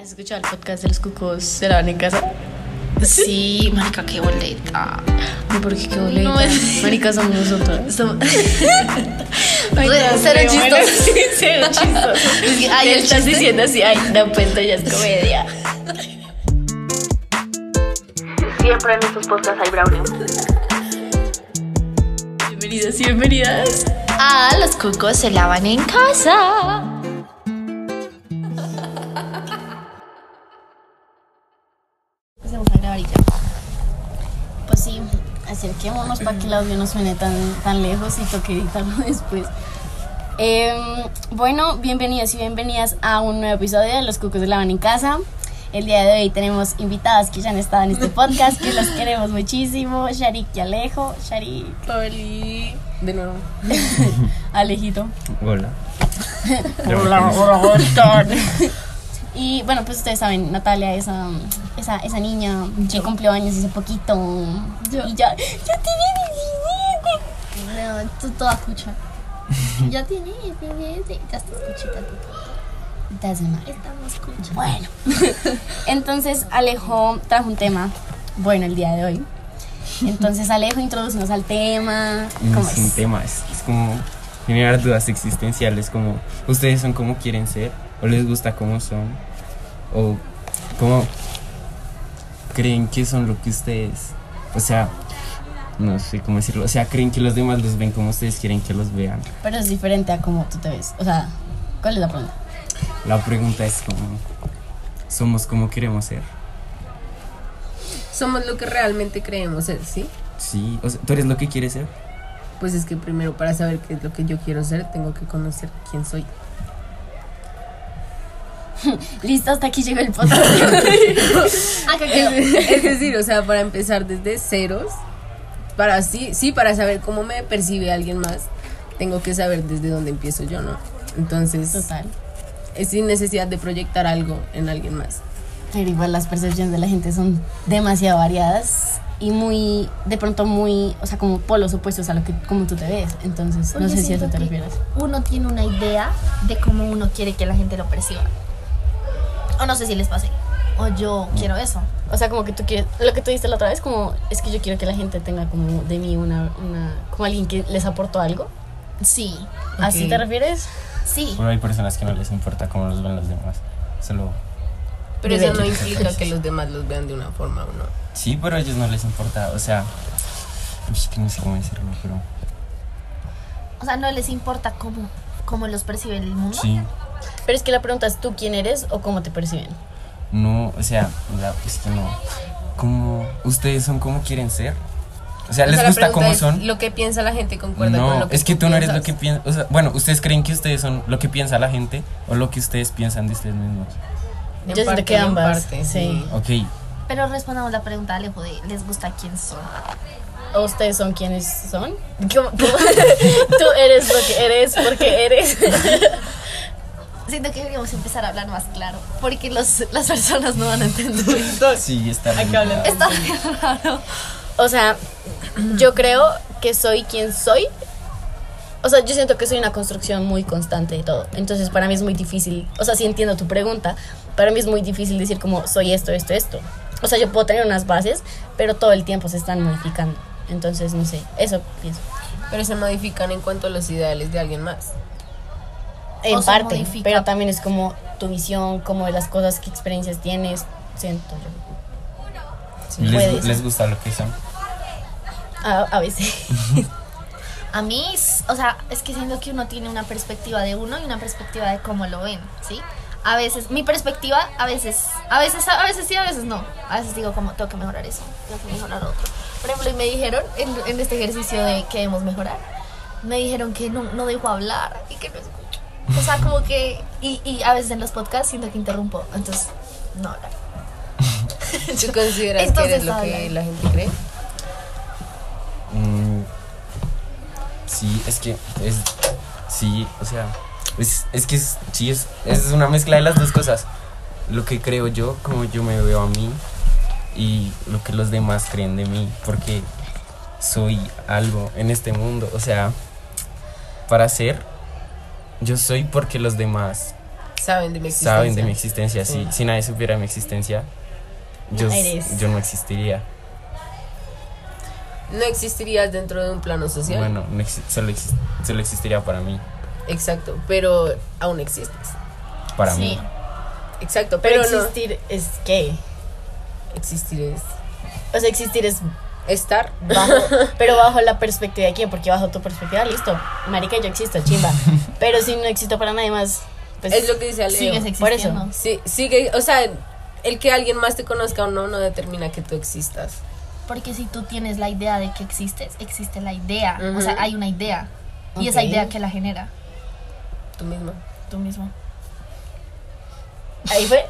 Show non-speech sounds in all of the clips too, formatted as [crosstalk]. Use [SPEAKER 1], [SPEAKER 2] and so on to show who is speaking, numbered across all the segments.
[SPEAKER 1] escuchar el podcast de los cucos? ¿Se lavan en casa?
[SPEAKER 2] Sí, marica, qué boleta.
[SPEAKER 1] No, porque qué boleta.
[SPEAKER 2] No, es-
[SPEAKER 1] Marica, somos nosotros.
[SPEAKER 2] [laughs] Estamos...
[SPEAKER 1] Ay,
[SPEAKER 2] Re-
[SPEAKER 1] no,
[SPEAKER 2] cero
[SPEAKER 1] pero bueno,
[SPEAKER 2] chistoso.
[SPEAKER 1] sí,
[SPEAKER 2] [laughs]
[SPEAKER 1] cero chistoso.
[SPEAKER 2] Es que, ay,
[SPEAKER 1] Te
[SPEAKER 2] el
[SPEAKER 1] estás
[SPEAKER 2] chiste.
[SPEAKER 1] diciendo así, ay, no, pues esto ya es comedia.
[SPEAKER 3] Siempre en estos podcasts hay brownie.
[SPEAKER 1] Bienvenidas y bienvenidas.
[SPEAKER 2] Ah, los cucos se lavan en casa.
[SPEAKER 3] Hacemos a grabar y ya. Pues sí, acerquémonos para que el audio no suene tan, tan lejos y toque editarlo [laughs] después. Em, bueno, bienvenidos y bienvenidas a un nuevo episodio de Los Cucos de la Van en Casa. El día de hoy tenemos invitadas que ya han estado en este podcast, que los queremos muchísimo. Sharik y Alejo. Sharik,
[SPEAKER 1] Pabli. De nuevo.
[SPEAKER 3] [laughs] Alejito.
[SPEAKER 4] Hola.
[SPEAKER 3] Y bueno, pues ustedes saben, Natalia, esa, esa, esa niña que cumplió años hace poquito. Y ya, ya tiene 17. No, tú toda [laughs] escucha. Ya tiene 17. Ya está escuchita Estamos escuchando. Bueno. [laughs] Entonces, Alejo trajo un tema bueno el día de hoy. Entonces, Alejo, introducimos al tema.
[SPEAKER 4] No
[SPEAKER 3] ¿Cómo
[SPEAKER 4] es un
[SPEAKER 3] es?
[SPEAKER 4] tema, es, es como generar dudas existenciales, como ustedes son como quieren ser, o les gusta cómo son, o cómo creen que son lo que ustedes, o sea, no sé cómo decirlo, o sea, creen que los demás los ven como ustedes quieren que los vean.
[SPEAKER 3] Pero es diferente a cómo tú te ves. O sea, ¿cuál es la pregunta?
[SPEAKER 4] La pregunta es como, ¿somos como queremos ser?
[SPEAKER 1] Somos lo que realmente creemos ser, ¿sí?
[SPEAKER 4] Sí, o sea, ¿tú eres lo que quieres ser?
[SPEAKER 1] Pues es que primero para saber qué es lo que yo quiero ser, tengo que conocer quién soy.
[SPEAKER 3] Listo, hasta aquí llegó el podcast. [laughs] Acá quedó.
[SPEAKER 1] [laughs] es decir, o sea, para empezar desde ceros, para sí, sí, para saber cómo me percibe alguien más, tengo que saber desde dónde empiezo yo, ¿no? Entonces,
[SPEAKER 3] Total.
[SPEAKER 1] es sin necesidad de proyectar algo en alguien más.
[SPEAKER 3] Pero igual las percepciones de la gente son demasiado variadas y muy, de pronto muy, o sea, como polos opuestos a lo que como tú te ves. Entonces, no sé
[SPEAKER 5] Porque
[SPEAKER 3] si a
[SPEAKER 5] siento
[SPEAKER 3] eso te
[SPEAKER 5] que
[SPEAKER 3] refieres.
[SPEAKER 5] Uno tiene una idea de cómo uno quiere que la gente lo perciba. O no sé si les pase. O yo quiero eso.
[SPEAKER 3] O sea, como que tú quieres, lo que tú diste la otra vez, como es que yo quiero que la gente tenga como de mí una, una como alguien que les aportó algo.
[SPEAKER 5] Sí,
[SPEAKER 3] ¿Así
[SPEAKER 1] Ok.
[SPEAKER 3] te refieres?
[SPEAKER 5] sí.
[SPEAKER 4] Pero hay personas que no les importa cómo los ven los demás, solo...
[SPEAKER 1] Pero
[SPEAKER 3] Debe
[SPEAKER 1] eso no
[SPEAKER 4] de
[SPEAKER 1] implica
[SPEAKER 4] conocerse.
[SPEAKER 1] que los demás los vean de una forma o no.
[SPEAKER 4] Sí, pero a ellos no les importa, o sea, es que no sé cómo decirlo, pero...
[SPEAKER 5] O sea, no les importa cómo, cómo los percibe el mundo.
[SPEAKER 4] Sí,
[SPEAKER 3] Pero es que la pregunta es tú quién eres o cómo te perciben.
[SPEAKER 4] no, o sea, la, es que no. ¿Cómo? ¿Ustedes son como quieren ser? O sea, ¿les
[SPEAKER 1] O sea, la
[SPEAKER 4] gusta
[SPEAKER 1] pregunta
[SPEAKER 4] cómo
[SPEAKER 1] es,
[SPEAKER 4] son?
[SPEAKER 1] Lo que piensa la gente concuerda con
[SPEAKER 4] No,
[SPEAKER 1] lo que
[SPEAKER 4] es que tú no eres lo que
[SPEAKER 1] piensas?
[SPEAKER 4] piensa. O sea, bueno, ¿ustedes creen que ustedes son lo que piensa la gente o lo que ustedes piensan de ustedes mismos?
[SPEAKER 1] En
[SPEAKER 3] Yo siento
[SPEAKER 1] parte,
[SPEAKER 3] que
[SPEAKER 1] en
[SPEAKER 3] ambas,
[SPEAKER 1] parte,
[SPEAKER 3] sí.
[SPEAKER 4] Ok,
[SPEAKER 5] Pero respondamos la pregunta de Alejo de ¿les gusta quién son?
[SPEAKER 3] ¿O ustedes son quienes son? ¿Cómo- [laughs] cómo? tú eres lo que eres porque eres.
[SPEAKER 5] Siento que deberíamos empezar a hablar más claro. Porque los, las personas no van a entender.
[SPEAKER 4] sí, está
[SPEAKER 3] Hay
[SPEAKER 4] bien.
[SPEAKER 3] que hablar.
[SPEAKER 5] Está bien raro.
[SPEAKER 3] O sea, yo creo que soy quien soy. O sea, yo siento que soy una construcción muy constante de todo. Entonces, para mí es muy difícil. O sea, si entiendo tu pregunta, para mí es muy difícil decir como soy esto, esto, esto. O sea, yo puedo tener unas bases, pero todo el tiempo se están modificando. Entonces, no sé, eso pienso.
[SPEAKER 1] Pero se modifican en cuanto a los ideales de alguien más.
[SPEAKER 3] En
[SPEAKER 5] O se
[SPEAKER 3] parte,
[SPEAKER 5] modifica.
[SPEAKER 3] pero también es como tu visión, como las cosas, qué experiencias tienes. Siento yo.
[SPEAKER 4] ¿Les,
[SPEAKER 3] Puede ser.
[SPEAKER 4] les gusta lo que son?
[SPEAKER 3] A, a veces.
[SPEAKER 5] A mí, s- o sea, es que siento que uno tiene una perspectiva de uno y una perspectiva de cómo lo ven, ¿sí? A veces, mi perspectiva, a veces, a veces, a veces sí, a veces no. A veces digo como, tengo que mejorar eso, tengo que mejorar otro. Por ejemplo, y me dijeron en, en este ejercicio de que debemos mejorar, me dijeron que no, no dejo hablar y que no escucho. O sea, como que, y, y a veces en los podcasts siento que interrumpo, entonces, no hablar.
[SPEAKER 1] ¿Tú consideras
[SPEAKER 5] Entonces,
[SPEAKER 1] que eres lo que
[SPEAKER 5] habla.
[SPEAKER 1] la gente cree?
[SPEAKER 4] Mm, sí, es que es. Sí, o sea. Es, es que es, sí, es, es una mezcla de las dos cosas. Lo que creo yo, como yo me veo a mí, y lo que los demás creen de mí, porque soy algo en este mundo. O sea, para ser, yo soy porque los demás
[SPEAKER 1] Saben de mi existencia.
[SPEAKER 4] saben de mi existencia. Si, si nadie supiera mi existencia, yo,
[SPEAKER 3] No eres.
[SPEAKER 4] yo no existiría.
[SPEAKER 1] No existirías dentro de un plano social.
[SPEAKER 4] Bueno, no exi- solo, exi- solo existiría para mí.
[SPEAKER 1] Exacto, pero aún existes.
[SPEAKER 4] Para
[SPEAKER 3] Sí.
[SPEAKER 4] mí.
[SPEAKER 1] Exacto,
[SPEAKER 3] Pero,
[SPEAKER 1] pero, no.
[SPEAKER 3] existir es qué?
[SPEAKER 1] Existir es
[SPEAKER 3] O sea, existir es
[SPEAKER 1] estar.
[SPEAKER 4] [laughs]
[SPEAKER 3] bajo, pero bajo la perspectiva de quién, porque bajo tu perspectiva, listo, marica, yo existo,
[SPEAKER 4] [laughs]
[SPEAKER 3] chimba. Pero si no existo para nadie más, pues
[SPEAKER 1] es lo que dice Alejo.
[SPEAKER 5] Sigues
[SPEAKER 3] por eso.
[SPEAKER 5] existiendo.
[SPEAKER 1] Sí, sigue, o sea, el que alguien más te conozca o no no determina que tú existas.
[SPEAKER 5] Porque si tú tienes la idea de que existes, existe la idea.
[SPEAKER 1] Ujú.
[SPEAKER 5] O sea, hay una idea. Y esa
[SPEAKER 3] Ok.
[SPEAKER 5] idea que la genera
[SPEAKER 1] Tú mismo.
[SPEAKER 5] tú mismo.
[SPEAKER 3] ahí fue.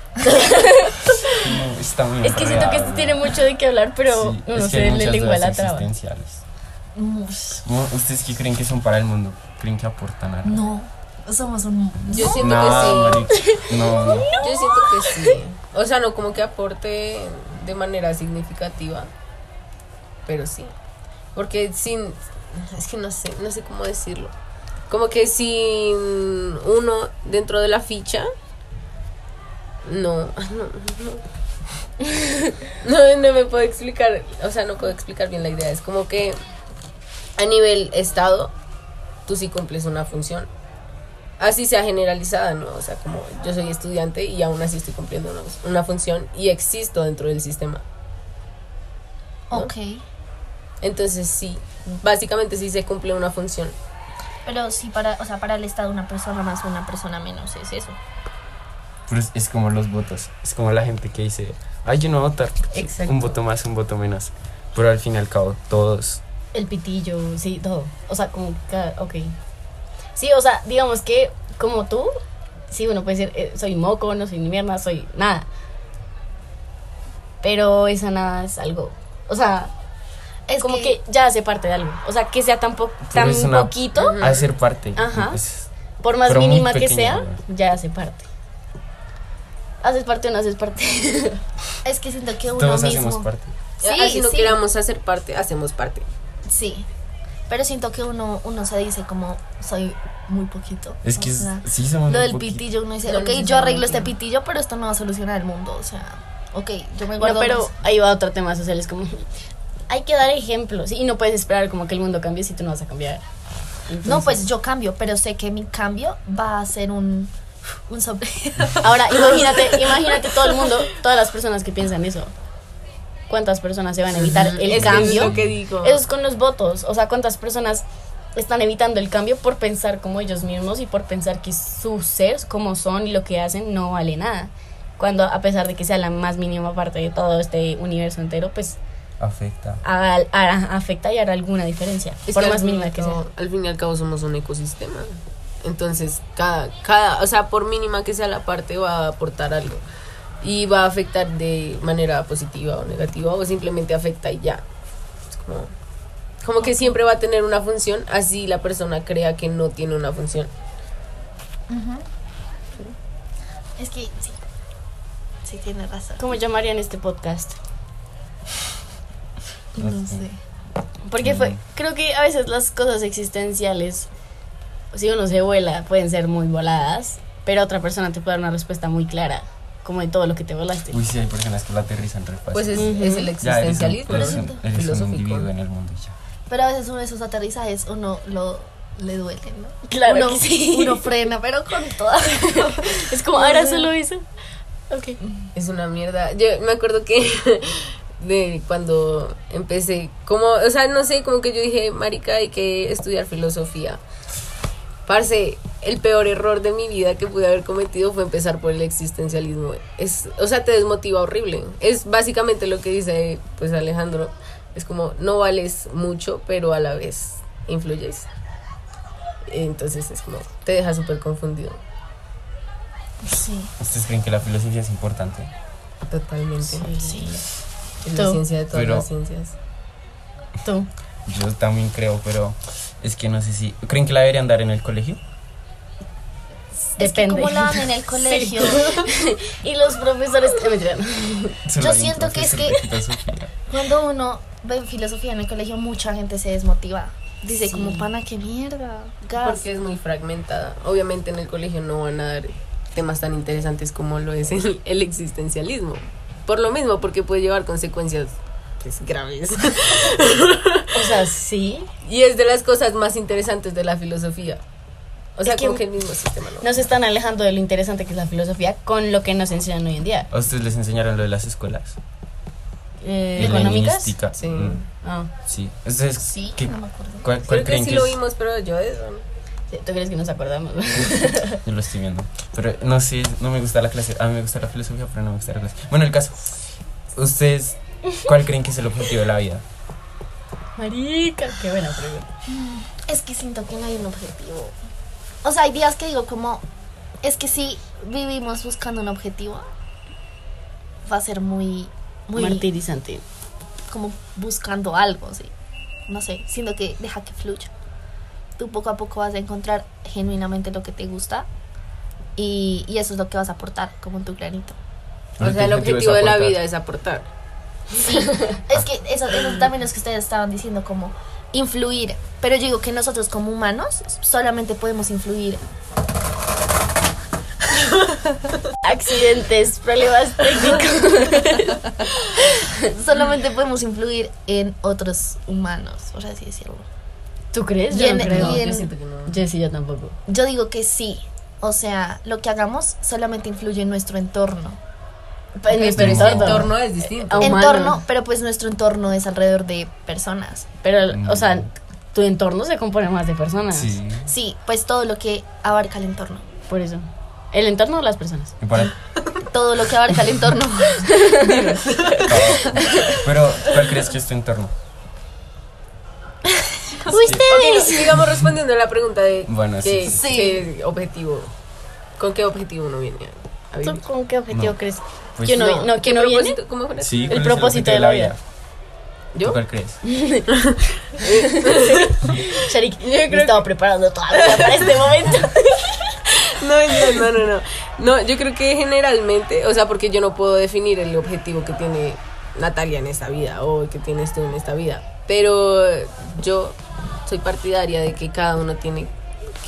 [SPEAKER 4] No, está muy
[SPEAKER 3] Es que siento que
[SPEAKER 4] enredado.
[SPEAKER 3] esto tiene mucho de qué hablar, pero
[SPEAKER 4] Sí,
[SPEAKER 3] no
[SPEAKER 4] es que
[SPEAKER 3] sé, le
[SPEAKER 4] hay muchas
[SPEAKER 3] lengua
[SPEAKER 4] dudas
[SPEAKER 3] la traba.
[SPEAKER 4] existenciales.
[SPEAKER 5] Mus.
[SPEAKER 4] ¿Cómo- ¿Ustedes qué creen que son para el mundo? ¿Creen que aportan algo?
[SPEAKER 5] No, somos un...
[SPEAKER 1] Yo siento
[SPEAKER 4] no,
[SPEAKER 1] que sí.
[SPEAKER 4] marica, no, no.
[SPEAKER 1] Yo siento que sí. O sea, no como que aporte de manera significativa, pero sí. Porque sin es que no sé, no sé cómo decirlo. Como que sin uno dentro de la ficha no, [laughs] ay, no, no. No, no me puedo explicar, o sea, no puedo explicar bien la idea. Es como que a nivel estado, tú sí cumples una función. Así sea generalizada, ¿no? O sea, como yo soy estudiante y aún así estoy cumpliendo una, una función y existo dentro del sistema.
[SPEAKER 5] Ok.
[SPEAKER 1] Entonces sí, básicamente sí se cumple una función.
[SPEAKER 5] Pero sí, para, o sea, para el Estado una persona más una persona menos es eso.
[SPEAKER 4] Pero es, es como los votos. Es como la gente que dice, ay, yo no voy a votar. porque
[SPEAKER 1] Exacto.
[SPEAKER 4] Un voto más, un voto menos. Pero al fin y al cabo, todos.
[SPEAKER 3] El pitillo, sí, todo. O sea, como, ca- ok. Sí, o sea, digamos que como tú, sí, uno puede decir, eh, soy moco, no soy ni mierda, soy nada. Pero esa nada es algo, o sea,
[SPEAKER 5] Es
[SPEAKER 3] como que, ya hace parte de algo. O sea, que sea tan, po- tan
[SPEAKER 4] es una-
[SPEAKER 3] poquito,
[SPEAKER 4] Hacer parte.
[SPEAKER 3] Ajá.
[SPEAKER 4] Es-
[SPEAKER 3] por más
[SPEAKER 4] pero muy
[SPEAKER 3] mínima que
[SPEAKER 4] pequeño,
[SPEAKER 3] sea,
[SPEAKER 4] ¿no?
[SPEAKER 3] ya hace parte. ¿Haces parte o no haces
[SPEAKER 1] [laughs]
[SPEAKER 3] parte?
[SPEAKER 5] es que siento que uno
[SPEAKER 4] todos
[SPEAKER 5] mismo...
[SPEAKER 4] hacemos parte.
[SPEAKER 5] Sí,
[SPEAKER 1] así no
[SPEAKER 5] sí.
[SPEAKER 1] queramos hacer parte, hacemos parte.
[SPEAKER 5] Sí. Pero siento que uno, uno se dice como soy muy poquito.
[SPEAKER 4] Es
[SPEAKER 5] O
[SPEAKER 4] que es-
[SPEAKER 5] sea,
[SPEAKER 4] sí somos
[SPEAKER 5] lo
[SPEAKER 4] un
[SPEAKER 5] del
[SPEAKER 4] poquito.
[SPEAKER 5] pitillo uno dice,
[SPEAKER 1] No
[SPEAKER 5] ok, yo
[SPEAKER 1] necesariamente.
[SPEAKER 5] arreglo este pitillo, pero esto no va a solucionar el mundo. O sea, ok, yo me guardo.
[SPEAKER 3] No, pero
[SPEAKER 5] mis-
[SPEAKER 3] ahí va otro tema social, es como hay que dar ejemplos y no puedes esperar como que el mundo cambie si tú no vas a cambiar.
[SPEAKER 5] No, pues yo cambio, pero sé que mi cambio va a ser un, un sobre.
[SPEAKER 3] Ahora,
[SPEAKER 1] [laughs]
[SPEAKER 3] imagínate, imagínate todo el mundo, todas las personas que piensan eso. ¿Cuántas personas se van a evitar el
[SPEAKER 1] Es que
[SPEAKER 3] cambio?
[SPEAKER 1] es lo que digo.
[SPEAKER 3] Eso es con los votos, o sea, cuántas personas están evitando el cambio por pensar como ellos mismos y por pensar que su ser, como son y lo que hacen no vale nada. Cuando a pesar de que sea la más mínima parte de todo este universo entero, pues
[SPEAKER 4] Afecta.
[SPEAKER 3] haga- hará- afecta y hará alguna diferencia,
[SPEAKER 1] Es
[SPEAKER 3] por
[SPEAKER 1] que
[SPEAKER 3] más
[SPEAKER 1] al fin y
[SPEAKER 3] mínima
[SPEAKER 1] al
[SPEAKER 3] que sea.
[SPEAKER 1] cabo- Al fin y al cabo somos un ecosistema. Entonces, cada, cada, o sea, por mínima que sea la parte, va a aportar algo. Y va a afectar de manera positiva o negativa, o simplemente afecta y ya. Es como, como que siempre va a tener una función, así la persona crea que no tiene una función.
[SPEAKER 5] es que sí. Sí, tiene razón.
[SPEAKER 3] ¿Cómo llamarían este podcast?
[SPEAKER 4] No
[SPEAKER 5] No
[SPEAKER 4] sé.
[SPEAKER 5] sé.
[SPEAKER 3] Porque fue, creo que a veces las cosas existenciales, si uno se vuela, pueden ser muy voladas, pero otra persona te puede dar una respuesta muy clara, como de todo lo que te volaste.
[SPEAKER 4] Uy, sí, hay personas que la aterrizan re fácil.
[SPEAKER 1] Pues es,
[SPEAKER 3] Ujú.
[SPEAKER 4] Ya eres
[SPEAKER 1] es el
[SPEAKER 4] un-
[SPEAKER 1] existencialismo
[SPEAKER 4] eres un, eres un
[SPEAKER 1] filosófico.
[SPEAKER 4] individuo en el mundo y ya.
[SPEAKER 5] Pero a veces uno de esos aterrizajes uno lo le duele, ¿no?
[SPEAKER 3] Claro
[SPEAKER 5] uno,
[SPEAKER 3] que sí.
[SPEAKER 5] [laughs] uno frena, pero con toda.
[SPEAKER 3] [laughs] Es como, ahora solo eso. Ok.
[SPEAKER 1] Es una mierda. Yo me acuerdo que [laughs] de cuando empecé, como, o sea, no sé, como que yo dije, marica, hay que estudiar filosofía. Parce, el peor error de mi vida que pude haber cometido fue empezar por el existencialismo. Es, o sea, te desmotiva horrible. Es básicamente lo que dice pues Alejandro. Es como no vales mucho, pero a la vez influyes. Entonces es como te deja súper confundido.
[SPEAKER 5] Sí.
[SPEAKER 4] ¿Ustedes creen que la filosofía es importante?
[SPEAKER 1] Totalmente.
[SPEAKER 3] Sí.
[SPEAKER 1] Es la
[SPEAKER 3] Tú.
[SPEAKER 1] ciencia de todas
[SPEAKER 4] Pero-
[SPEAKER 1] las ciencias.
[SPEAKER 3] Tú.
[SPEAKER 4] Yo también creo, pero es que no sé si... ¿Creen que la deberían dar en el colegio?
[SPEAKER 5] Es que
[SPEAKER 3] Depende.
[SPEAKER 5] como la dan
[SPEAKER 3] [laughs]
[SPEAKER 5] en el colegio. [laughs]
[SPEAKER 3] y los [laughs] profesores te metieron.
[SPEAKER 4] Solo
[SPEAKER 5] Yo
[SPEAKER 4] hay un
[SPEAKER 5] siento que es
[SPEAKER 4] profesor
[SPEAKER 5] que-
[SPEAKER 4] de filosofía.
[SPEAKER 5] Cuando uno ve filosofía en el colegio, mucha gente se desmotiva. Dice
[SPEAKER 3] Sí.
[SPEAKER 5] como, pana, qué mierda, gas.
[SPEAKER 1] Porque es muy fragmentada. Obviamente en el colegio no van a dar temas tan interesantes como lo es el, el existencialismo. Por lo mismo, porque puede llevar consecuencias pues, graves. [laughs]
[SPEAKER 3] O sea, sí.
[SPEAKER 1] y es de las cosas más interesantes de la filosofía. O sea,
[SPEAKER 3] Es que-
[SPEAKER 1] como que el mismo sistema lo-
[SPEAKER 3] Nos están alejando de lo interesante que es la filosofía con lo que nos enseñan hoy en día.
[SPEAKER 4] ¿A ustedes les enseñaron lo de las escuelas?
[SPEAKER 3] Eh, ¿Económicas?
[SPEAKER 4] Helenística.
[SPEAKER 1] Sí.
[SPEAKER 4] Mm,
[SPEAKER 3] Ah,
[SPEAKER 4] sí. Ustedes,
[SPEAKER 5] Sí,
[SPEAKER 4] ¿qué-
[SPEAKER 5] no me acuerdo.
[SPEAKER 4] ¿Cuál, cuál
[SPEAKER 1] Creo que
[SPEAKER 4] creen
[SPEAKER 1] sí
[SPEAKER 4] que
[SPEAKER 1] lo
[SPEAKER 4] es?
[SPEAKER 1] vimos, pero yo eso. ¿no?
[SPEAKER 3] ¿tú crees que nos acordamos?
[SPEAKER 4] [laughs]
[SPEAKER 3] [laughs]
[SPEAKER 4] Yo lo estoy viendo. Pero no sé, no me gusta la clase. A mí me gusta la filosofía, pero no me gusta la clase. Bueno, el caso. ¿Ustedes cuál creen que es el objetivo de la vida?
[SPEAKER 3] Marica, qué buena pregunta.
[SPEAKER 5] Es que siento que no hay un objetivo. O sea, hay días que digo como, es que si vivimos buscando un objetivo, va a ser muy, muy
[SPEAKER 3] Martirizante.
[SPEAKER 5] como buscando algo, sí. No sé, siento que deja que fluya. Tú poco a poco vas a encontrar genuinamente lo que te gusta y, y eso es lo que vas a aportar, como en tu granito.
[SPEAKER 1] O sea, el objetivo de la vida es aportar.
[SPEAKER 5] Es que eso, eso también es que ustedes estaban diciendo como influir, pero yo digo que nosotros como humanos solamente podemos influir.
[SPEAKER 3] Accidentes, problemas técnicos.
[SPEAKER 5] Solamente podemos influir en otros humanos, por así decirlo.
[SPEAKER 3] [laughs] ¿Tú crees?
[SPEAKER 5] Y
[SPEAKER 3] Yo no
[SPEAKER 5] en-
[SPEAKER 3] creo.
[SPEAKER 5] y en-
[SPEAKER 1] Yo siento que no.
[SPEAKER 3] Yo sí, yo tampoco.
[SPEAKER 5] Yo digo que sí. O sea, lo que hagamos solamente influye en nuestro entorno. Pues,
[SPEAKER 3] En mi
[SPEAKER 1] Pero ese
[SPEAKER 4] entorno.
[SPEAKER 1] entorno es distinto.
[SPEAKER 3] Ah, humano.
[SPEAKER 5] Entorno, pero pues nuestro entorno es alrededor de personas.
[SPEAKER 3] Pero, o sea, tu entorno se compone más de personas.
[SPEAKER 4] Mm. Sí.
[SPEAKER 5] Sí, pues todo lo que abarca el entorno.
[SPEAKER 3] Por eso. El entorno o las personas.
[SPEAKER 4] Y para-
[SPEAKER 5] Todo lo que abarca el
[SPEAKER 3] [laughs]
[SPEAKER 5] entorno. [laughs]
[SPEAKER 4] pero, ¿cuál crees que es tu entorno?
[SPEAKER 1] Ok, no, digamos respondiendo a la pregunta de
[SPEAKER 4] Bueno, sí,
[SPEAKER 1] qué,
[SPEAKER 4] sí,
[SPEAKER 1] qué objetivo, con qué objetivo uno viene a
[SPEAKER 3] ¿Tú
[SPEAKER 1] vivir.
[SPEAKER 3] con qué objetivo
[SPEAKER 4] No.
[SPEAKER 3] crees?
[SPEAKER 4] Pues
[SPEAKER 3] que uno,
[SPEAKER 4] no.
[SPEAKER 3] vi- no, que uno viene?
[SPEAKER 1] propósito? ¿Cómo fue?
[SPEAKER 4] Sí,
[SPEAKER 3] El
[SPEAKER 4] ¿cuál es
[SPEAKER 3] propósito
[SPEAKER 4] objetivo
[SPEAKER 3] de la vida.
[SPEAKER 4] ¿Tú
[SPEAKER 1] ¿Yo?
[SPEAKER 4] cuál crees?
[SPEAKER 3] Sharik, yo estaba preparando toda la vida para este momento.
[SPEAKER 1] [laughs] No, no, no, no, no. No, yo creo que generalmente, o sea, porque yo no puedo definir el objetivo que tiene Natalia en esta vida o que tienes tú en esta vida. Pero yo soy partidaria de que cada uno tiene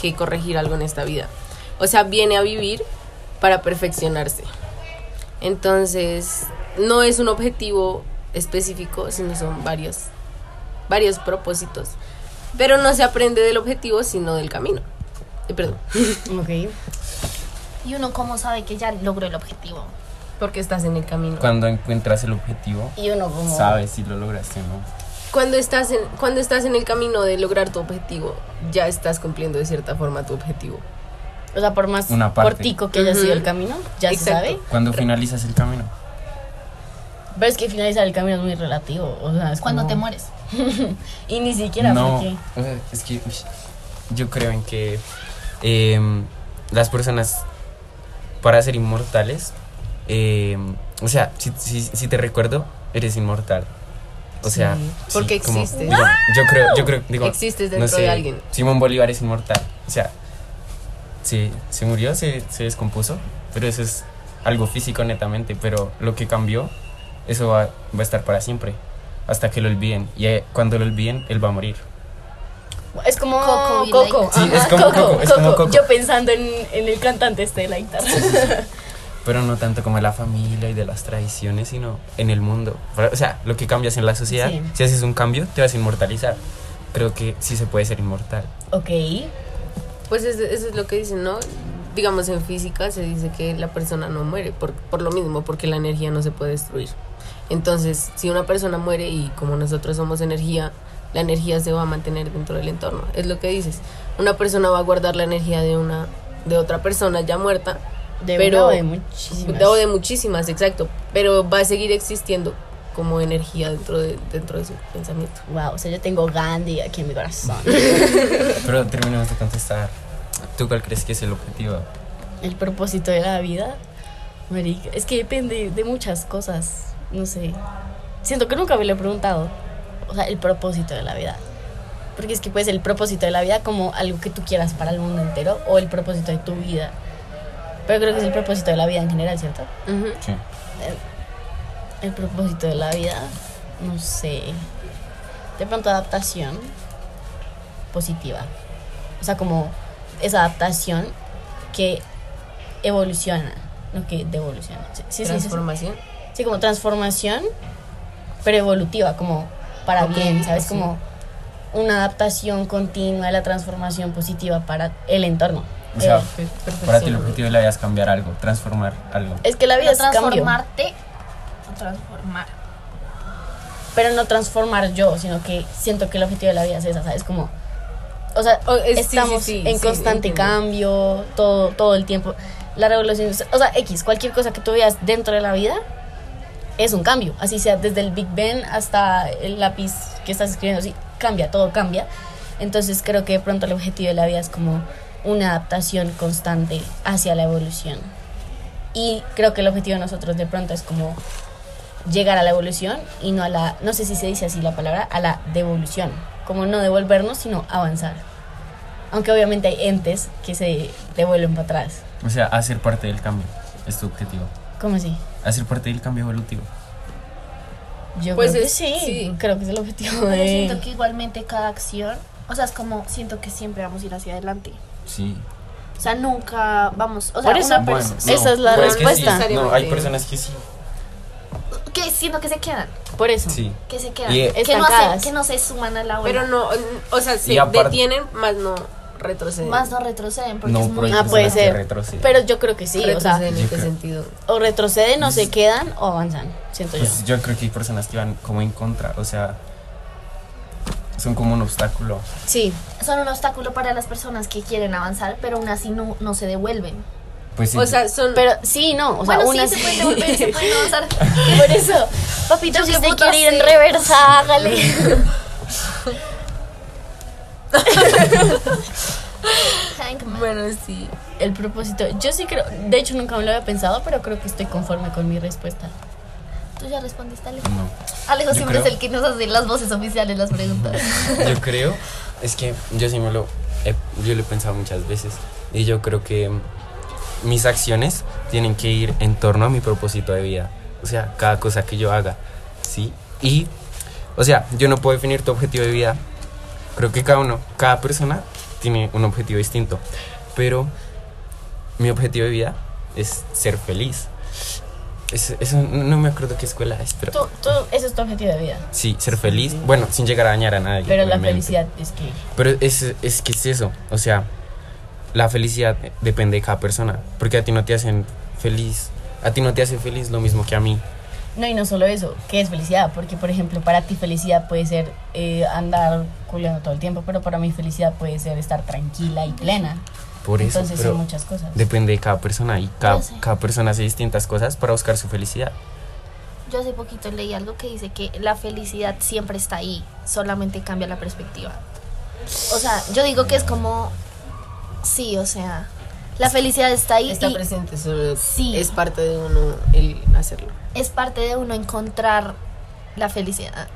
[SPEAKER 1] que corregir algo en esta vida. O sea, viene a vivir para perfeccionarse. Entonces, no es un objetivo específico, sino son varios, varios propósitos. Pero no se aprende del objetivo, sino del camino. Eh, perdón.
[SPEAKER 3] ok.
[SPEAKER 5] Y uno como sabe que ya logró el objetivo.
[SPEAKER 1] Porque estás en el camino.
[SPEAKER 4] Cuando encuentras el objetivo,
[SPEAKER 3] Y uno como...
[SPEAKER 4] sabes si lo lograste o no.
[SPEAKER 1] Cuando estás en, cuando estás en el camino de lograr tu objetivo, ya estás cumpliendo de cierta forma tu objetivo.
[SPEAKER 3] O sea, por más
[SPEAKER 4] Una parte.
[SPEAKER 3] cortico que haya sido el camino, ya se
[SPEAKER 1] Exacto.
[SPEAKER 3] sabe.
[SPEAKER 4] Cuando finalizas el camino.
[SPEAKER 3] Pero es que finalizar el camino es muy relativo. O sea, es
[SPEAKER 5] Cuando
[SPEAKER 3] como-
[SPEAKER 5] te mueres.
[SPEAKER 3] Y ni siquiera
[SPEAKER 4] no,
[SPEAKER 3] porque...
[SPEAKER 4] o sea, es que uy, yo creo en que em, las personas para ser inmortales, em, o sea, si, si- si te recuerdo, eres inmortal. O sea,
[SPEAKER 1] Sí, porque
[SPEAKER 4] como-
[SPEAKER 1] existes.
[SPEAKER 4] digo, yo creo, yo creo, digo,
[SPEAKER 1] Existes dentro de alguien.
[SPEAKER 4] Simón Bolívar es inmortal. O sea, se, se murió, se, se descompuso, pero eso es algo físico netamente, pero lo que cambió, eso va, va a estar para siempre, hasta que lo olviden. Y eh, cuando lo olviden, él va a morir.
[SPEAKER 3] Es como
[SPEAKER 5] Coco
[SPEAKER 3] Coco.
[SPEAKER 5] y
[SPEAKER 3] Coco.
[SPEAKER 4] Sí, es
[SPEAKER 3] ajá,
[SPEAKER 4] como Coco, es como Coco.
[SPEAKER 3] Yo pensando en, en el cantante este de la guitarra.
[SPEAKER 4] Pero no tanto como de la familia y de las tradiciones, sino en el mundo. Pero, O sea, lo que cambias en la sociedad,
[SPEAKER 3] Sí.
[SPEAKER 4] si haces un cambio, te vas a inmortalizar. Creo que sí se puede ser inmortal.
[SPEAKER 3] ok.
[SPEAKER 1] Pues es- eso es lo que dicen, ¿no? Digamos, en física se dice que la persona no muere por, por lo mismo, porque la energía no se puede destruir. Entonces, si una persona muere y como nosotros somos energía, la energía se va a mantener dentro del entorno. Es lo que dices. Una persona va a guardar la energía de una de otra persona ya muerta,
[SPEAKER 3] De
[SPEAKER 1] pero
[SPEAKER 3] una o de muchísimas.
[SPEAKER 1] O de muchísimas, exacto. Pero va a seguir existiendo como energía dentro de, dentro de su pensamiento.
[SPEAKER 3] Wow, o sea, yo tengo Gandhi aquí en mi corazón.
[SPEAKER 4] Pero terminemos de contestar. ¿Tú cuál crees que es el objetivo?
[SPEAKER 3] el propósito de la vida. marica, es que depende de muchas cosas. No sé. Siento que nunca me lo he preguntado. O sea, el propósito de la vida. Porque es que puede ser el propósito de la vida como algo que tú quieras para el mundo entero o el propósito de tu vida. Pero creo que es el propósito de la vida en general, ¿cierto?
[SPEAKER 4] Sí.
[SPEAKER 1] Eh,
[SPEAKER 3] El propósito de la vida, no sé. De pronto adaptación positiva. O sea, como esa adaptación que evoluciona, no que devoluciona. Sí, sí, sí, sí, sí.
[SPEAKER 1] Transformación.
[SPEAKER 3] Sí, como transformación, pero evolutiva, como para
[SPEAKER 1] Ok,
[SPEAKER 3] bien, ¿sabes?
[SPEAKER 1] sí.
[SPEAKER 3] Como una adaptación continua de la transformación positiva para el entorno.
[SPEAKER 4] O sea,
[SPEAKER 3] Eh,
[SPEAKER 1] Per- perfección.
[SPEAKER 4] para ti el objetivo de la vida es cambiar algo, transformar algo.
[SPEAKER 3] es que la vida
[SPEAKER 5] No
[SPEAKER 3] es cambio,
[SPEAKER 5] transformarte o transformar.
[SPEAKER 3] pero no transformar yo, sino que siento que el objetivo de la vida es esa, ¿sabes? Como, o sea,
[SPEAKER 1] O- Oh, es- sí,
[SPEAKER 3] estamos
[SPEAKER 1] sí, sí,
[SPEAKER 3] en
[SPEAKER 1] sí,
[SPEAKER 3] constante
[SPEAKER 1] entiendo.
[SPEAKER 3] cambio todo, todo el tiempo. La revolución, o sea, X, cualquier cosa que tú veas dentro de la vida es un cambio. Así sea, desde el Big Ben hasta el lápiz que estás escribiendo, sí, cambia, todo cambia. Entonces creo que de pronto el objetivo de la vida es como una adaptación constante hacia la evolución. Y creo que el objetivo de nosotros de pronto es como llegar a la evolución y no a la, no sé si se dice así la palabra, a la devolución. Como no devolvernos, sino avanzar. Aunque obviamente hay entes que se devuelven para atrás.
[SPEAKER 4] O sea, hacer parte del cambio es tu objetivo.
[SPEAKER 3] ¿Cómo así?
[SPEAKER 4] Hacer parte del cambio evolutivo.
[SPEAKER 3] Yo
[SPEAKER 1] Pues
[SPEAKER 3] creo
[SPEAKER 1] es-
[SPEAKER 3] que sí,
[SPEAKER 1] sí.
[SPEAKER 3] creo que es el objetivo
[SPEAKER 5] Pero
[SPEAKER 3] de...
[SPEAKER 5] siento que igualmente cada acción, o sea, es como siento que siempre vamos a ir hacia adelante.
[SPEAKER 4] Sí.
[SPEAKER 5] O sea, nunca vamos, o sea,
[SPEAKER 3] Por eso,
[SPEAKER 5] una
[SPEAKER 4] Bueno,
[SPEAKER 5] persona
[SPEAKER 4] no,
[SPEAKER 3] Ah, esa es la
[SPEAKER 4] pues que sí,
[SPEAKER 1] respuesta.
[SPEAKER 4] no, hay personas que sí.
[SPEAKER 5] que siento que se quedan,
[SPEAKER 3] Por eso.
[SPEAKER 4] Sí.
[SPEAKER 5] que se quedan,
[SPEAKER 4] Y-
[SPEAKER 5] que no
[SPEAKER 3] Estancadas.
[SPEAKER 5] se, que no se suman a la
[SPEAKER 1] Pero
[SPEAKER 5] ola.
[SPEAKER 1] no, o sea, se
[SPEAKER 4] Y aparte-
[SPEAKER 1] detienen, más no retroceden.
[SPEAKER 5] más no retroceden porque
[SPEAKER 4] No,
[SPEAKER 5] es
[SPEAKER 4] pero
[SPEAKER 5] muy
[SPEAKER 4] hay
[SPEAKER 3] Ah,
[SPEAKER 4] personas
[SPEAKER 3] puede
[SPEAKER 4] que
[SPEAKER 3] ser.
[SPEAKER 4] retroceden.
[SPEAKER 3] Pero yo creo que sí, o sea,
[SPEAKER 1] retroceden
[SPEAKER 4] yo
[SPEAKER 1] en qué
[SPEAKER 4] creo.
[SPEAKER 1] sentido.
[SPEAKER 3] o retroceden o se quedan o avanzan, siento yo.
[SPEAKER 4] Pues yo creo que hay personas que van como en contra, o sea, son como un obstáculo.
[SPEAKER 3] Sí,
[SPEAKER 4] Ah, pues.
[SPEAKER 5] son un obstáculo para las personas que quieren avanzar, pero aún así no, no se devuelven.
[SPEAKER 4] Pues sí,
[SPEAKER 1] O sea, son
[SPEAKER 3] pero sí, no, o sea,
[SPEAKER 5] bueno,
[SPEAKER 3] una
[SPEAKER 5] sí, se
[SPEAKER 3] [laughs]
[SPEAKER 5] pueden devolver, se pueden avanzar.
[SPEAKER 3] Por eso, papito,
[SPEAKER 5] Yo
[SPEAKER 3] si
[SPEAKER 5] qué
[SPEAKER 3] usted
[SPEAKER 5] puta
[SPEAKER 3] quiere ir en
[SPEAKER 5] sé.
[SPEAKER 3] reversa,
[SPEAKER 5] [laughs]
[SPEAKER 3] hágale.
[SPEAKER 5] Hankman.
[SPEAKER 1] bueno, sí.
[SPEAKER 3] El propósito, yo sí creo, de hecho nunca me lo había pensado, pero creo que estoy conforme con mi respuesta.
[SPEAKER 5] Tú ya respondiste, Alejo.
[SPEAKER 4] no.
[SPEAKER 5] Alejo
[SPEAKER 4] Yo
[SPEAKER 5] siempre
[SPEAKER 4] creo-
[SPEAKER 5] es el que nos hace las voces oficiales, las preguntas.
[SPEAKER 4] [laughs] Yo creo, es que yo sí me lo, he- yo lo he pensado muchas veces y yo creo que mm, mis acciones tienen que ir en torno a mi propósito de vida, o sea, cada cosa que yo haga, ¿sí? Y, o sea, yo no puedo definir tu objetivo de vida, creo que cada uno, cada persona tiene un objetivo distinto, pero mi objetivo de vida es ser feliz. Es- Eso no me acuerdo qué escuela es, pero
[SPEAKER 3] Tú, tú, ese es tu objetivo de vida.
[SPEAKER 4] sí, ser feliz, bueno, sin llegar a dañar a nadie.
[SPEAKER 3] Pero la
[SPEAKER 4] obviamente.
[SPEAKER 3] felicidad es que.
[SPEAKER 4] Pero es, es que es eso, o sea, la felicidad depende de cada persona, porque a ti no te hacen feliz, a ti no te hace feliz lo mismo que a mí.
[SPEAKER 3] No, y no solo eso, que es felicidad, porque por ejemplo, para ti felicidad puede ser eh, andar culeando todo el tiempo, pero para mí felicidad puede ser estar tranquila y plena.
[SPEAKER 4] Por eso,
[SPEAKER 3] Entonces
[SPEAKER 4] pero
[SPEAKER 3] son muchas cosas.
[SPEAKER 4] depende de cada persona y cada,
[SPEAKER 5] Ya sé.
[SPEAKER 4] cada persona hace distintas cosas para buscar su felicidad.
[SPEAKER 5] Yo hace poquito leí algo que dice que la felicidad siempre está ahí, solamente cambia la perspectiva. O sea, yo digo que es como, sí, o sea, la felicidad está ahí
[SPEAKER 1] Está
[SPEAKER 5] y
[SPEAKER 1] presente, solo
[SPEAKER 5] Sí.
[SPEAKER 1] es parte de uno el hacerlo.
[SPEAKER 5] es parte de uno encontrar la felicidad.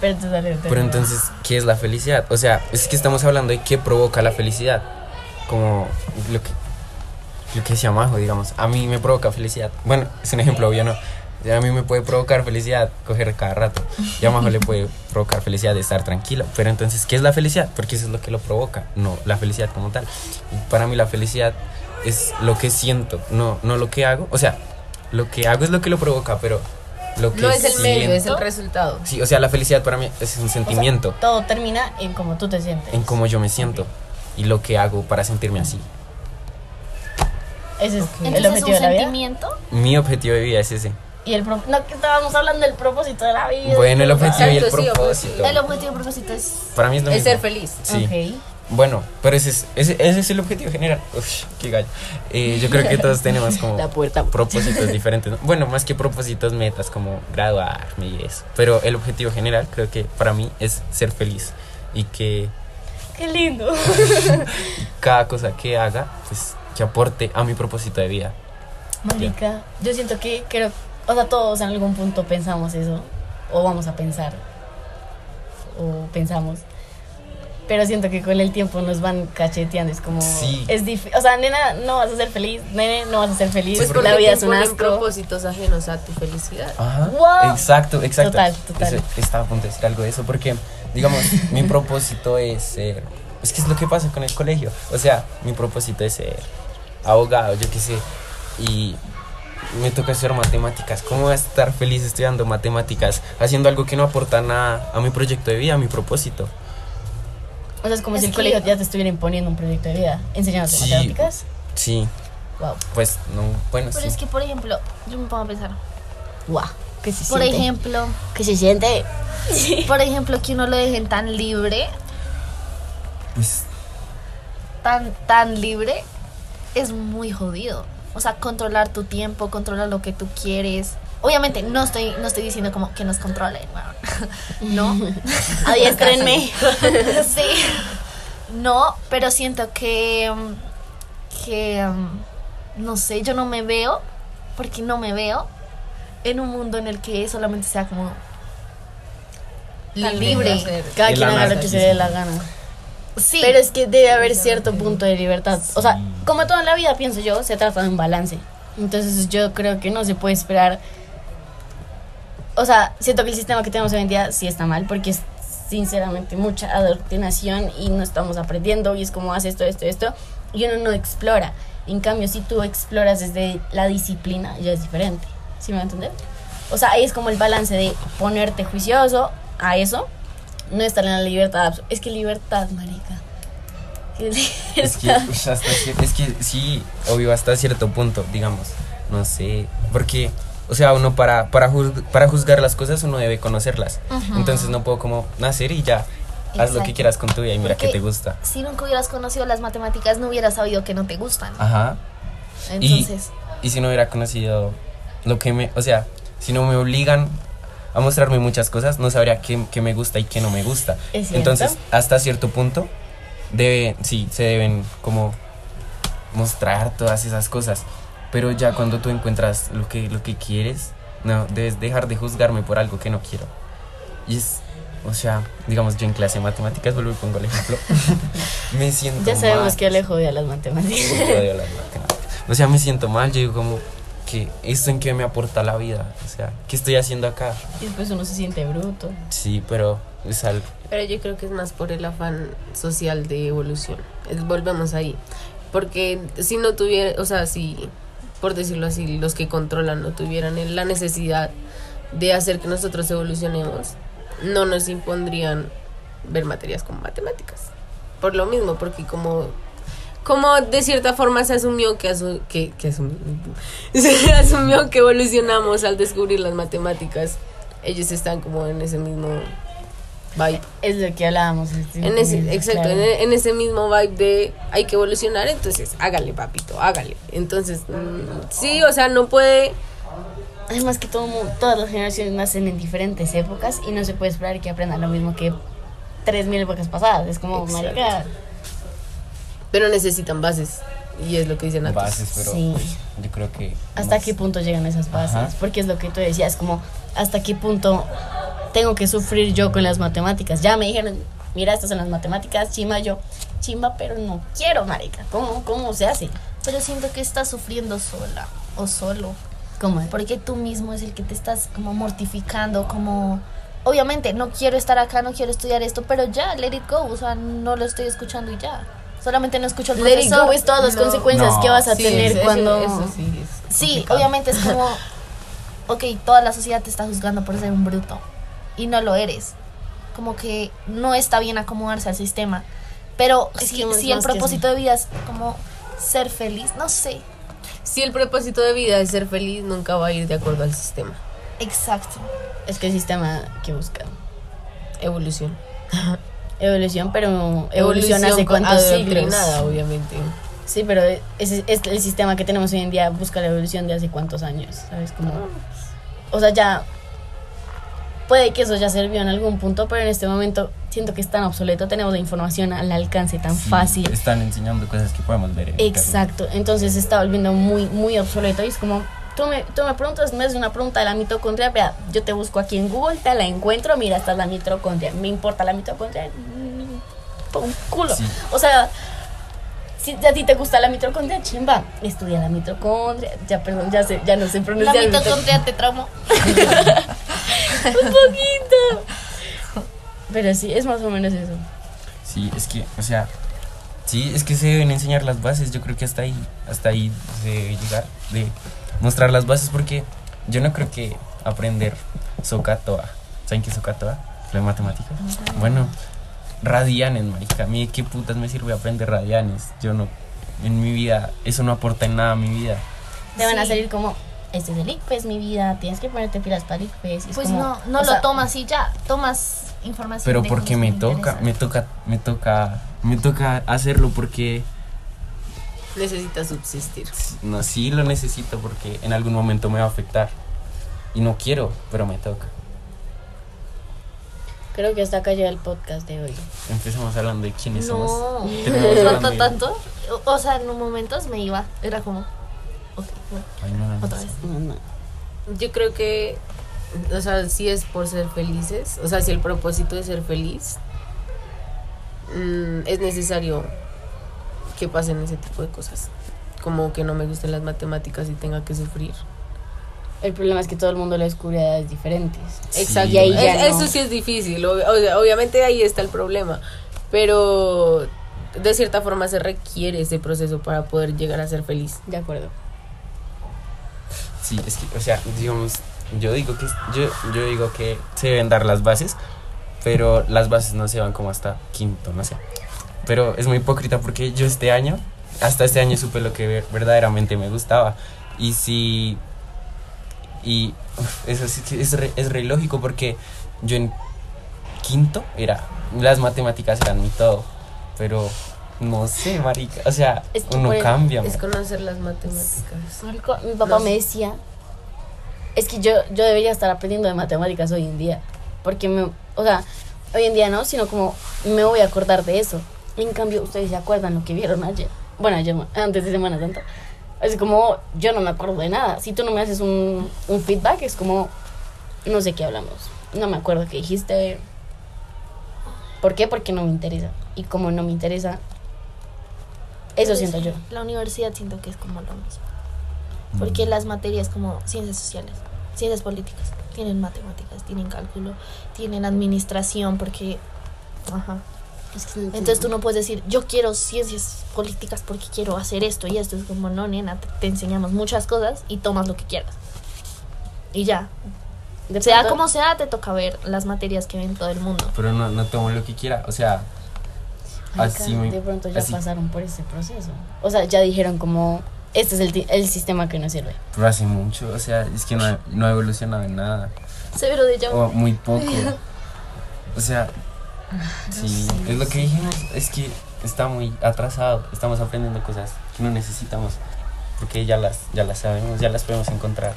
[SPEAKER 3] Pero, tú dale, tú
[SPEAKER 4] Pero
[SPEAKER 3] dale.
[SPEAKER 4] entonces, ¿qué es la felicidad? O sea, es que estamos hablando de qué provoca la felicidad, como lo que, lo que decía Majo, digamos, a mí me provoca felicidad. Bueno, es un ejemplo obvio, ¿no? A mí me puede provocar felicidad coger cada rato. Y a Majo le puede provocar felicidad de estar tranquilo. Pero entonces, ¿qué es la felicidad? Porque eso es lo que lo provoca, no la felicidad como tal. Y para mí la felicidad es lo que siento, no, no lo que hago. O sea, lo que hago es lo que lo provoca, pero lo que
[SPEAKER 1] No es el medio, es el
[SPEAKER 4] siento-
[SPEAKER 1] resultado.
[SPEAKER 4] Sí, o sea, la felicidad para mí es un
[SPEAKER 3] O sea,
[SPEAKER 4] sentimiento
[SPEAKER 3] todo termina en cómo tú te sientes.
[SPEAKER 4] en cómo yo me siento y lo que hago para sentirme así.
[SPEAKER 3] Ese es el
[SPEAKER 5] Entonces es
[SPEAKER 3] objetivo
[SPEAKER 5] un
[SPEAKER 3] de la vida.
[SPEAKER 5] sentimiento.
[SPEAKER 4] Mi objetivo de vida es ese.
[SPEAKER 3] Y el pro- no, que estábamos hablando del propósito de la vida.
[SPEAKER 4] Bueno, el objetivo y el
[SPEAKER 1] Exacto, sí,
[SPEAKER 4] propósito.
[SPEAKER 5] El objetivo propósito es
[SPEAKER 4] Para mí es lo
[SPEAKER 1] Es
[SPEAKER 4] mismo.
[SPEAKER 1] ser feliz.
[SPEAKER 4] Sí.
[SPEAKER 3] Ok.
[SPEAKER 4] Bueno, pero ese es, ese, ese es el objetivo general. Uf, qué gallo. Eh, yo creo que todos tenemos como
[SPEAKER 1] La puerta.
[SPEAKER 4] propósitos diferentes. ¿no? Bueno, más que propósitos, metas como graduarme y eso. Pero el objetivo general creo que para mí es ser feliz y que
[SPEAKER 3] Qué lindo.
[SPEAKER 4] cada cosa que haga, pues que aporte a mi propósito de vida.
[SPEAKER 3] Marica, yo siento que creo, o sea, todos en algún punto pensamos eso, o vamos a pensar, o pensamos. Pero siento que con el tiempo nos van cacheteando, es como...
[SPEAKER 4] Sí.
[SPEAKER 3] Es difícil, o sea, nena, no vas a ser feliz, nene, no vas a ser feliz,
[SPEAKER 1] Pues porque
[SPEAKER 3] la vida
[SPEAKER 1] te
[SPEAKER 3] es un
[SPEAKER 1] imponen
[SPEAKER 3] asco.
[SPEAKER 1] propósitos ajenos a tu felicidad.
[SPEAKER 4] Ajá.
[SPEAKER 3] Wow.
[SPEAKER 4] Exacto, exacto.
[SPEAKER 3] Total, total.
[SPEAKER 4] Eso- estaba a punto de decir algo de eso porque, digamos, mi propósito es ser. Es que es lo que pasa con el colegio. O sea, mi propósito es ser abogado, yo qué sé, y me toca estudiar matemáticas. ¿Cómo voy a estar feliz estudiando matemáticas, haciendo algo que no aporta nada a mi proyecto de vida, a mi propósito?
[SPEAKER 3] O sea, es como
[SPEAKER 5] Es
[SPEAKER 3] si el
[SPEAKER 5] que-
[SPEAKER 3] colegio ya te estuviera imponiendo un proyecto de vida, enseñándote
[SPEAKER 4] Sí.
[SPEAKER 3] matemáticas.
[SPEAKER 4] Sí,
[SPEAKER 3] Wow,
[SPEAKER 4] pues no, bueno,
[SPEAKER 5] Pero
[SPEAKER 4] sí.
[SPEAKER 5] es que, por ejemplo, yo me pongo a pensar.
[SPEAKER 3] wow. ¿Qué se
[SPEAKER 5] Por
[SPEAKER 3] siente?
[SPEAKER 5] ejemplo,
[SPEAKER 3] ¿Qué se siente?
[SPEAKER 5] por ejemplo, que uno lo dejen tan libre,
[SPEAKER 4] Pues
[SPEAKER 5] tan, tan libre, es muy jodido. O sea, controlar tu tiempo, controlar lo que tú quieres. Obviamente, no estoy, no estoy diciendo como que nos controlen, weón. no. [laughs]
[SPEAKER 3] Adiestrenme.
[SPEAKER 5] sí. No, pero siento que. mm, que. mm, no sé, yo no me veo, porque no me veo, en un mundo en el que solamente sea como.
[SPEAKER 1] Tan
[SPEAKER 5] libre.
[SPEAKER 3] Cada
[SPEAKER 6] De
[SPEAKER 3] quien
[SPEAKER 6] la
[SPEAKER 3] haga lo
[SPEAKER 6] nada.
[SPEAKER 3] que se dé la gana.
[SPEAKER 5] Sí.
[SPEAKER 3] Pero es que debe haber cierto punto de libertad. O sea, como toda la vida, pienso yo, se trata de un balance. Entonces yo creo que no se puede esperar. O sea, siento que el sistema que tenemos hoy en día sí está mal porque es sinceramente mucha adoctrinación y no estamos aprendiendo y es como hace esto, esto, esto y uno no explora. En cambio, si tú exploras desde la disciplina, ya es diferente. ¿Sí me va a entender? O sea, ahí es como el balance de ponerte juicioso a eso, no estar en la libertad. abs- Es que libertad, marica.
[SPEAKER 4] [laughs] Es
[SPEAKER 3] [laughs]
[SPEAKER 4] que, ush, hasta cier- es que sí, obvio, hasta cierto punto, digamos. No sé. Porque, o sea, uno para, para, juz- para juzgar las cosas, uno debe conocerlas. Entonces no puedo como nacer y ya. Haz lo
[SPEAKER 5] Exacto.
[SPEAKER 4] que quieras con tu vida y mira que
[SPEAKER 5] Porque-
[SPEAKER 4] te gusta.
[SPEAKER 5] si nunca hubieras conocido las matemáticas, no hubieras sabido que no te gustan.
[SPEAKER 4] Ajá. Y-
[SPEAKER 5] Entonces,
[SPEAKER 4] Y si no hubiera conocido lo que me. O sea, si no me obligan a mostrarme muchas cosas, no sabría qué, qué me gusta y qué no me gusta.
[SPEAKER 3] Es cierto.
[SPEAKER 4] Entonces, hasta cierto punto, debe, sí, se deben como mostrar todas esas cosas. Pero ya cuando tú encuentras lo que, lo que quieres, no, debes dejar de juzgarme por algo que no quiero. Y es, o sea, digamos, yo en clase de matemáticas, vuelvo y pongo el ejemplo, [laughs] me siento
[SPEAKER 3] Ya sabemos
[SPEAKER 4] mal.
[SPEAKER 3] que
[SPEAKER 4] [laughs]
[SPEAKER 3] le jodía las matemáticas.
[SPEAKER 4] Odio las matemáticas. O sea, me siento mal, yo digo como que esto en qué me aporta la vida, o sea, ¿qué estoy haciendo acá?
[SPEAKER 3] Y después uno se siente bruto.
[SPEAKER 4] Sí, pero es algo.
[SPEAKER 1] Pero yo creo que es más por el afán social de evolución. Es- volvemos ahí. Porque si no tuviera, o sea, si, por decirlo así, los que controlan no tuvieran el- la necesidad de hacer que nosotros evolucionemos, no nos impondrían ver materias como matemáticas. Por lo mismo, porque como, como de cierta forma se asumió que, asu- que, que asumi- [laughs] se asumió que evolucionamos al descubrir las matemáticas, ellos están como en ese mismo vibe.
[SPEAKER 3] Es lo que hablábamos. este
[SPEAKER 1] En ese, exacto, en, e, en ese mismo vibe de hay que evolucionar, entonces hágale, papito, hágale. Entonces, mm, sí, o sea, no puede.
[SPEAKER 3] Además que todo, mu- todas las generaciones nacen en diferentes épocas y no se puede esperar que aprendan lo mismo que 3.000 épocas pasadas. Es como,
[SPEAKER 1] Exacto.
[SPEAKER 3] marica.
[SPEAKER 1] Pero necesitan bases. Y es lo que dicen antes.
[SPEAKER 4] Bases, pero
[SPEAKER 3] Sí.
[SPEAKER 4] yo creo que...
[SPEAKER 3] ¿Hasta
[SPEAKER 4] más-
[SPEAKER 3] qué punto llegan esas bases?
[SPEAKER 4] Ajá.
[SPEAKER 3] Porque es lo que tú decías, como, ¿hasta qué punto tengo que sufrir yo con las matemáticas? Ya me dijeron, mira, estas son las matemáticas, chimba yo. Chimba, pero no quiero, marica. ¿Cómo, cómo se hace?
[SPEAKER 5] pero siento que estás sufriendo sola o solo.
[SPEAKER 3] ¿Cómo?
[SPEAKER 5] Porque tú mismo es el que te estás como mortificando, como... Obviamente, no quiero estar acá, no quiero estudiar esto, pero ya, let it go. O sea, no lo estoy escuchando y ya. Solamente no escucho al
[SPEAKER 3] Let it
[SPEAKER 5] profesor.
[SPEAKER 3] go es todas las
[SPEAKER 5] no.
[SPEAKER 3] consecuencias
[SPEAKER 4] No,
[SPEAKER 3] que vas a
[SPEAKER 1] Sí,
[SPEAKER 3] tener
[SPEAKER 1] eso-
[SPEAKER 3] cuando...
[SPEAKER 1] eso sí es
[SPEAKER 5] Sí,
[SPEAKER 1] complicado.
[SPEAKER 5] obviamente es como... [laughs] Ok, toda la sociedad te está juzgando por ser un bruto. Y no lo eres. Como que no está bien acomodarse al sistema. Pero
[SPEAKER 3] Es
[SPEAKER 5] si,
[SPEAKER 3] que no es
[SPEAKER 5] si el
[SPEAKER 3] más que
[SPEAKER 5] propósito de vida es como ser feliz, no sé.
[SPEAKER 1] Si el propósito de vida es ser feliz, nunca va a ir de acuerdo al sistema.
[SPEAKER 5] Exacto.
[SPEAKER 3] Es que el sistema que busca
[SPEAKER 1] Evolución.
[SPEAKER 3] evolución, pero evolución hace
[SPEAKER 1] con-
[SPEAKER 3] cuántos siglos.
[SPEAKER 1] adoctrinada, obviamente.
[SPEAKER 3] Sí, pero ese es el sistema que tenemos hoy en día busca la evolución de hace cuántos años, ¿sabes? Como, o sea, ya puede que eso ya sirvió en algún punto, pero en este momento siento que es tan obsoleto, tenemos la información al alcance tan
[SPEAKER 4] Sí,
[SPEAKER 3] fácil.
[SPEAKER 4] Están enseñando cosas que podemos ver. en internet.
[SPEAKER 3] Exacto, entonces se está volviendo muy, muy obsoleto y es como, tú me, tú me preguntas, me haces una pregunta de la mitocondria, vea, yo te busco aquí en Google, te la encuentro, mira, esta es la mitocondria, me importa la mitocondria, mm, por un culo.
[SPEAKER 4] Sí.
[SPEAKER 3] O sea, si a ti te gusta la mitocondria, chimba, estudia la mitocondria, ya, perdón, ya, sé, ya no sé
[SPEAKER 5] La
[SPEAKER 3] pronunciar.
[SPEAKER 5] mitocondria te traumó.
[SPEAKER 3] [laughs] Un poquito. Pero sí, es más o menos eso.
[SPEAKER 4] Sí, es que, o sea, Sí, es que se deben enseñar las bases, yo creo que hasta ahí, hasta ahí se debe llegar, de mostrar las bases, porque yo no creo que aprender Socatoa, ¿saben qué es Socatoa? La matemática. Bueno, radianes, marica, a mí de qué putas me sirve aprender radianes, yo no, en mi vida, eso no aporta en nada a mi vida.
[SPEAKER 3] Te van a
[SPEAKER 5] Sí.
[SPEAKER 3] salir como, este es el ICFES, mi vida, tienes que ponerte pilas para el ICFES. y es
[SPEAKER 5] Pues
[SPEAKER 3] como,
[SPEAKER 5] no, no
[SPEAKER 3] o
[SPEAKER 5] lo
[SPEAKER 3] sea,
[SPEAKER 5] tomas y ya, tomas información.
[SPEAKER 4] Pero
[SPEAKER 5] de cosas
[SPEAKER 4] porque
[SPEAKER 5] que
[SPEAKER 4] me
[SPEAKER 5] te
[SPEAKER 4] toca,
[SPEAKER 5] interesan.
[SPEAKER 4] me toca, me toca, me toca hacerlo porque
[SPEAKER 1] Necesitas subsistir.
[SPEAKER 4] no, sí lo necesito porque en algún momento me va a afectar. Y no quiero, pero me toca.
[SPEAKER 3] Creo que hasta acá llega el podcast de hoy.
[SPEAKER 4] Empezamos hablando de quiénes somos.
[SPEAKER 5] No, [laughs]
[SPEAKER 4] Terminamos hablando
[SPEAKER 5] tanto,
[SPEAKER 4] de-
[SPEAKER 5] tanto. O- O sea, en momentos me iba, era como, ok, bueno,
[SPEAKER 4] Ay, no, no, no.
[SPEAKER 5] otra vez.
[SPEAKER 3] No, no.
[SPEAKER 1] Yo creo que, o sea, si es por ser felices, o sea, si el propósito es ser feliz, mm, es necesario que pasen ese tipo de cosas. Como que no me gusten las matemáticas y tenga que sufrir.
[SPEAKER 3] El problema es que todo el mundo lo descubre a edades diferentes.
[SPEAKER 4] Sí.
[SPEAKER 1] Exacto.
[SPEAKER 4] Y ahí
[SPEAKER 1] Es-
[SPEAKER 3] ya no.
[SPEAKER 1] Eso sí es difícil. ob- o sea, obviamente ahí está el problema. Pero de cierta forma se requiere ese proceso para poder llegar a ser feliz.
[SPEAKER 3] De acuerdo.
[SPEAKER 4] Sí, es que, o sea, digamos, yo digo que yo, yo digo que se deben dar las bases, pero las bases no se van como hasta quinto, no sé. Pero es muy hipócrita porque yo este año, hasta este año supe lo que ver- verdaderamente me gustaba. Y si y uf, eso sí que es re, es re lógico porque yo en quinto era las matemáticas eran mi todo, pero no sé, marica, o sea,
[SPEAKER 3] Es que
[SPEAKER 4] uno
[SPEAKER 3] por el-
[SPEAKER 4] cambia.
[SPEAKER 1] Es
[SPEAKER 4] marica.
[SPEAKER 1] conocer las matemáticas.
[SPEAKER 3] Marico, Mi papá
[SPEAKER 1] No sé.
[SPEAKER 3] me decía, es que yo, yo debería estar aprendiendo de matemáticas hoy en día, porque me, o sea, hoy en día no, sino como me voy a acordar de eso. En cambio, ustedes se acuerdan lo que vieron ayer, bueno, ayer, no, antes de Semana Santa. Es como, yo no me acuerdo de nada. Si tú no me haces un, un feedback, es como, no sé qué hablamos. No me acuerdo qué dijiste. ¿Por qué? Porque no me interesa. Y como no me interesa, eso
[SPEAKER 5] Entonces,
[SPEAKER 3] siento yo.
[SPEAKER 5] La universidad siento que es como lo mismo.
[SPEAKER 4] Mm.
[SPEAKER 5] Porque las materias como ciencias sociales, ciencias políticas, tienen matemáticas, tienen cálculo, tienen administración, porque... Ajá. Entonces tú no puedes decir, yo quiero ciencias políticas porque quiero hacer esto y esto. Es como, no, nena, te, te enseñamos muchas cosas y tomas lo que quieras. Y ya.
[SPEAKER 3] De
[SPEAKER 5] Sea
[SPEAKER 3] pronto-
[SPEAKER 5] como sea, te toca ver las materias que ven todo el mundo.
[SPEAKER 4] pero no, no tomo lo que quiera. O sea,
[SPEAKER 3] Marica,
[SPEAKER 4] así me-
[SPEAKER 3] de pronto ya
[SPEAKER 4] así.
[SPEAKER 3] pasaron por ese proceso. O sea, ya dijeron como, este es el, ti- el sistema que no sirve.
[SPEAKER 4] pero hace mucho. O sea, es que no, ha- no ha evolucionado en nada.
[SPEAKER 5] Severo de yo.
[SPEAKER 4] O muy poco.
[SPEAKER 3] [laughs]
[SPEAKER 4] O sea, sí, es lo que dijimos. Es que está muy atrasado. Estamos aprendiendo cosas que no necesitamos. Porque ya las, ya las sabemos, ya las podemos encontrar.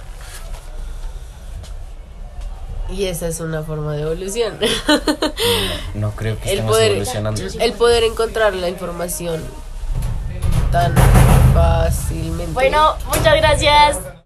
[SPEAKER 1] Y esa es una forma de evolución.
[SPEAKER 4] No, no creo que
[SPEAKER 1] el
[SPEAKER 4] estemos
[SPEAKER 1] poder,
[SPEAKER 4] evolucionando.
[SPEAKER 1] el poder encontrar la información tan fácilmente.
[SPEAKER 3] Bueno, muchas gracias.